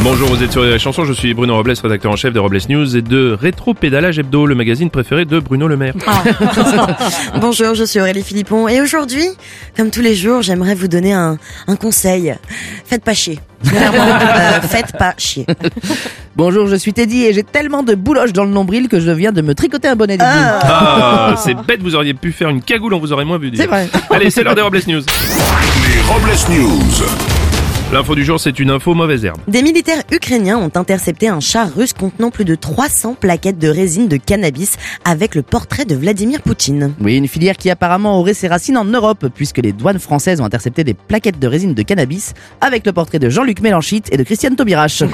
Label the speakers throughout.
Speaker 1: Bonjour, vous êtes sur les chansons, je suis Bruno Robles, rédacteur en chef de Robles News et de Rétro Pédalage Hebdo, le magazine préféré de Bruno Le Maire.
Speaker 2: Bonjour, je suis Aurélie Philippon et aujourd'hui, comme tous les jours, j'aimerais vous donner un, un conseil. Faites pas chier. Euh, faites pas chier.
Speaker 3: Bonjour, je suis Teddy et j'ai tellement de bouloches dans le nombril que je viens de me tricoter un bonnet de bille.
Speaker 1: Ah, c'est bête, vous auriez pu faire une cagoule, on vous aurait moins vu dire.
Speaker 3: C'est vrai.
Speaker 1: Allez, c'est l'heure des Robles News.
Speaker 4: Les Robles News.
Speaker 1: L'info du jour, c'est une info mauvaise herbe.
Speaker 2: Des militaires ukrainiens ont intercepté un char russe contenant plus de 300 plaquettes de résine de cannabis avec le portrait de Vladimir Poutine.
Speaker 3: Oui, une filière qui apparemment aurait ses racines en Europe, puisque les douanes françaises ont intercepté des plaquettes de résine de cannabis avec le portrait de Jean-Luc Mélenchit et de Christiane Taubirache.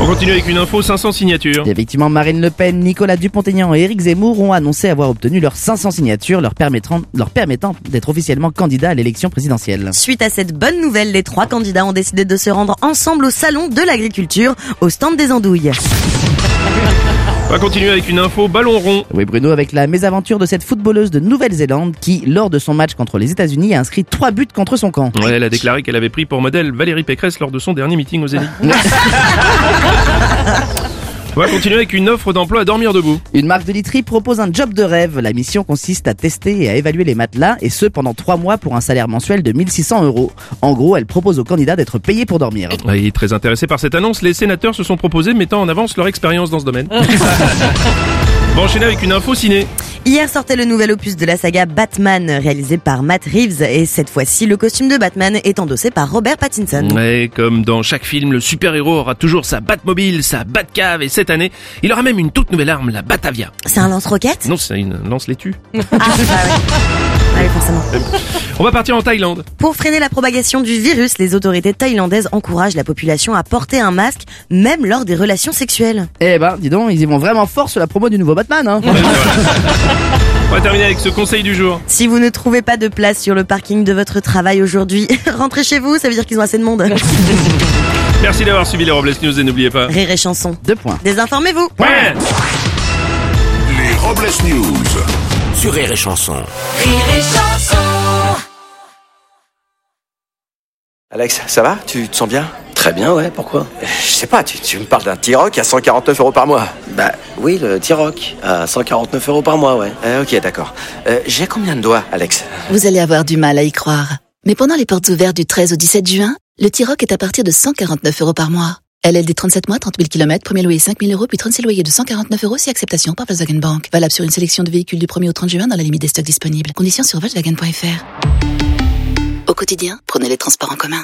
Speaker 1: On continue avec une info 500 signatures.
Speaker 3: Et effectivement, Marine Le Pen, Nicolas Dupont-Aignan et Éric Zemmour ont annoncé avoir obtenu leurs 500 signatures, leur permettant, leur permettant d'être officiellement candidats à l'élection présidentielle.
Speaker 2: Suite à cette bonne nouvelle, les trois candidats ont décidé de se rendre ensemble au salon de l'agriculture, au stand des andouilles.
Speaker 1: On va continuer avec une info ballon rond.
Speaker 3: Oui Bruno, avec la mésaventure de cette footballeuse de Nouvelle-Zélande qui, lors de son match contre les États-Unis, a inscrit trois buts contre son camp.
Speaker 1: Ouais, Elle a déclaré qu'elle avait pris pour modèle Valérie Pécresse lors de son dernier meeting aux Élysées. On va continuer avec une offre d'emploi à dormir debout.
Speaker 3: Une marque de literie propose un job de rêve. La mission consiste à tester et à évaluer les matelas, et ce pendant trois mois pour un salaire mensuel de 1600 euros. En gros, elle propose aux candidats d'être payés pour dormir.
Speaker 1: Et très intéressé par cette annonce, les sénateurs se sont proposés mettant en avance leur expérience dans ce domaine. On va enchaîner avec une info ciné.
Speaker 2: Hier sortait le nouvel opus de la saga Batman, réalisé par Matt Reeves, et cette fois-ci, le costume de Batman est endossé par Robert Pattinson.
Speaker 1: Ouais, comme dans chaque film, le super-héros aura toujours sa Batmobile, sa Batcave, et cette année, il aura même une toute nouvelle arme, la Batavia.
Speaker 2: C'est un lance-roquette
Speaker 1: Non, c'est une lance-laitue.
Speaker 2: Ah, bah ouais. Ouais, forcément.
Speaker 1: On va partir en Thaïlande.
Speaker 2: Pour freiner la propagation du virus, les autorités thaïlandaises encouragent la population à porter un masque, même lors des relations sexuelles.
Speaker 3: Eh ben, dis donc, ils y vont vraiment fort sur la promo du nouveau Batman, hein
Speaker 1: On va terminer avec ce conseil du jour.
Speaker 2: Si vous ne trouvez pas de place sur le parking de votre travail aujourd'hui, rentrez chez vous, ça veut dire qu'ils ont assez de monde.
Speaker 1: Merci d'avoir suivi les Robles News et n'oubliez pas...
Speaker 2: Rire et chanson.
Speaker 3: Deux points.
Speaker 2: Désinformez-vous
Speaker 1: Ouais
Speaker 4: Les Robles News. Sur Rire et Chanson.
Speaker 5: Alex, ça va Tu te sens bien Euh,
Speaker 6: Très bien, ouais, pourquoi
Speaker 5: Je sais pas, tu, tu me parles d'un T-Rock à 149 euros par mois.
Speaker 6: Bah oui, le T-Rock, à 149 euros par mois, ouais.
Speaker 5: Euh, ok, d'accord. Euh, J'ai combien de doigts, Alex
Speaker 7: Vous allez avoir du mal à y croire. Mais pendant les portes ouvertes du 13 au 17 juin, le T-Rock est à partir de 149 euros par mois. LLD 37 mois, 30 000 km, premier loyer 5 000 euros, puis 36 loyers de 149 euros si acceptation par Volkswagen Bank. Valable sur une sélection de véhicules du 1er au 30 juin dans la limite des stocks disponibles. Conditions sur Volkswagen.fr. Au quotidien, prenez les transports en commun.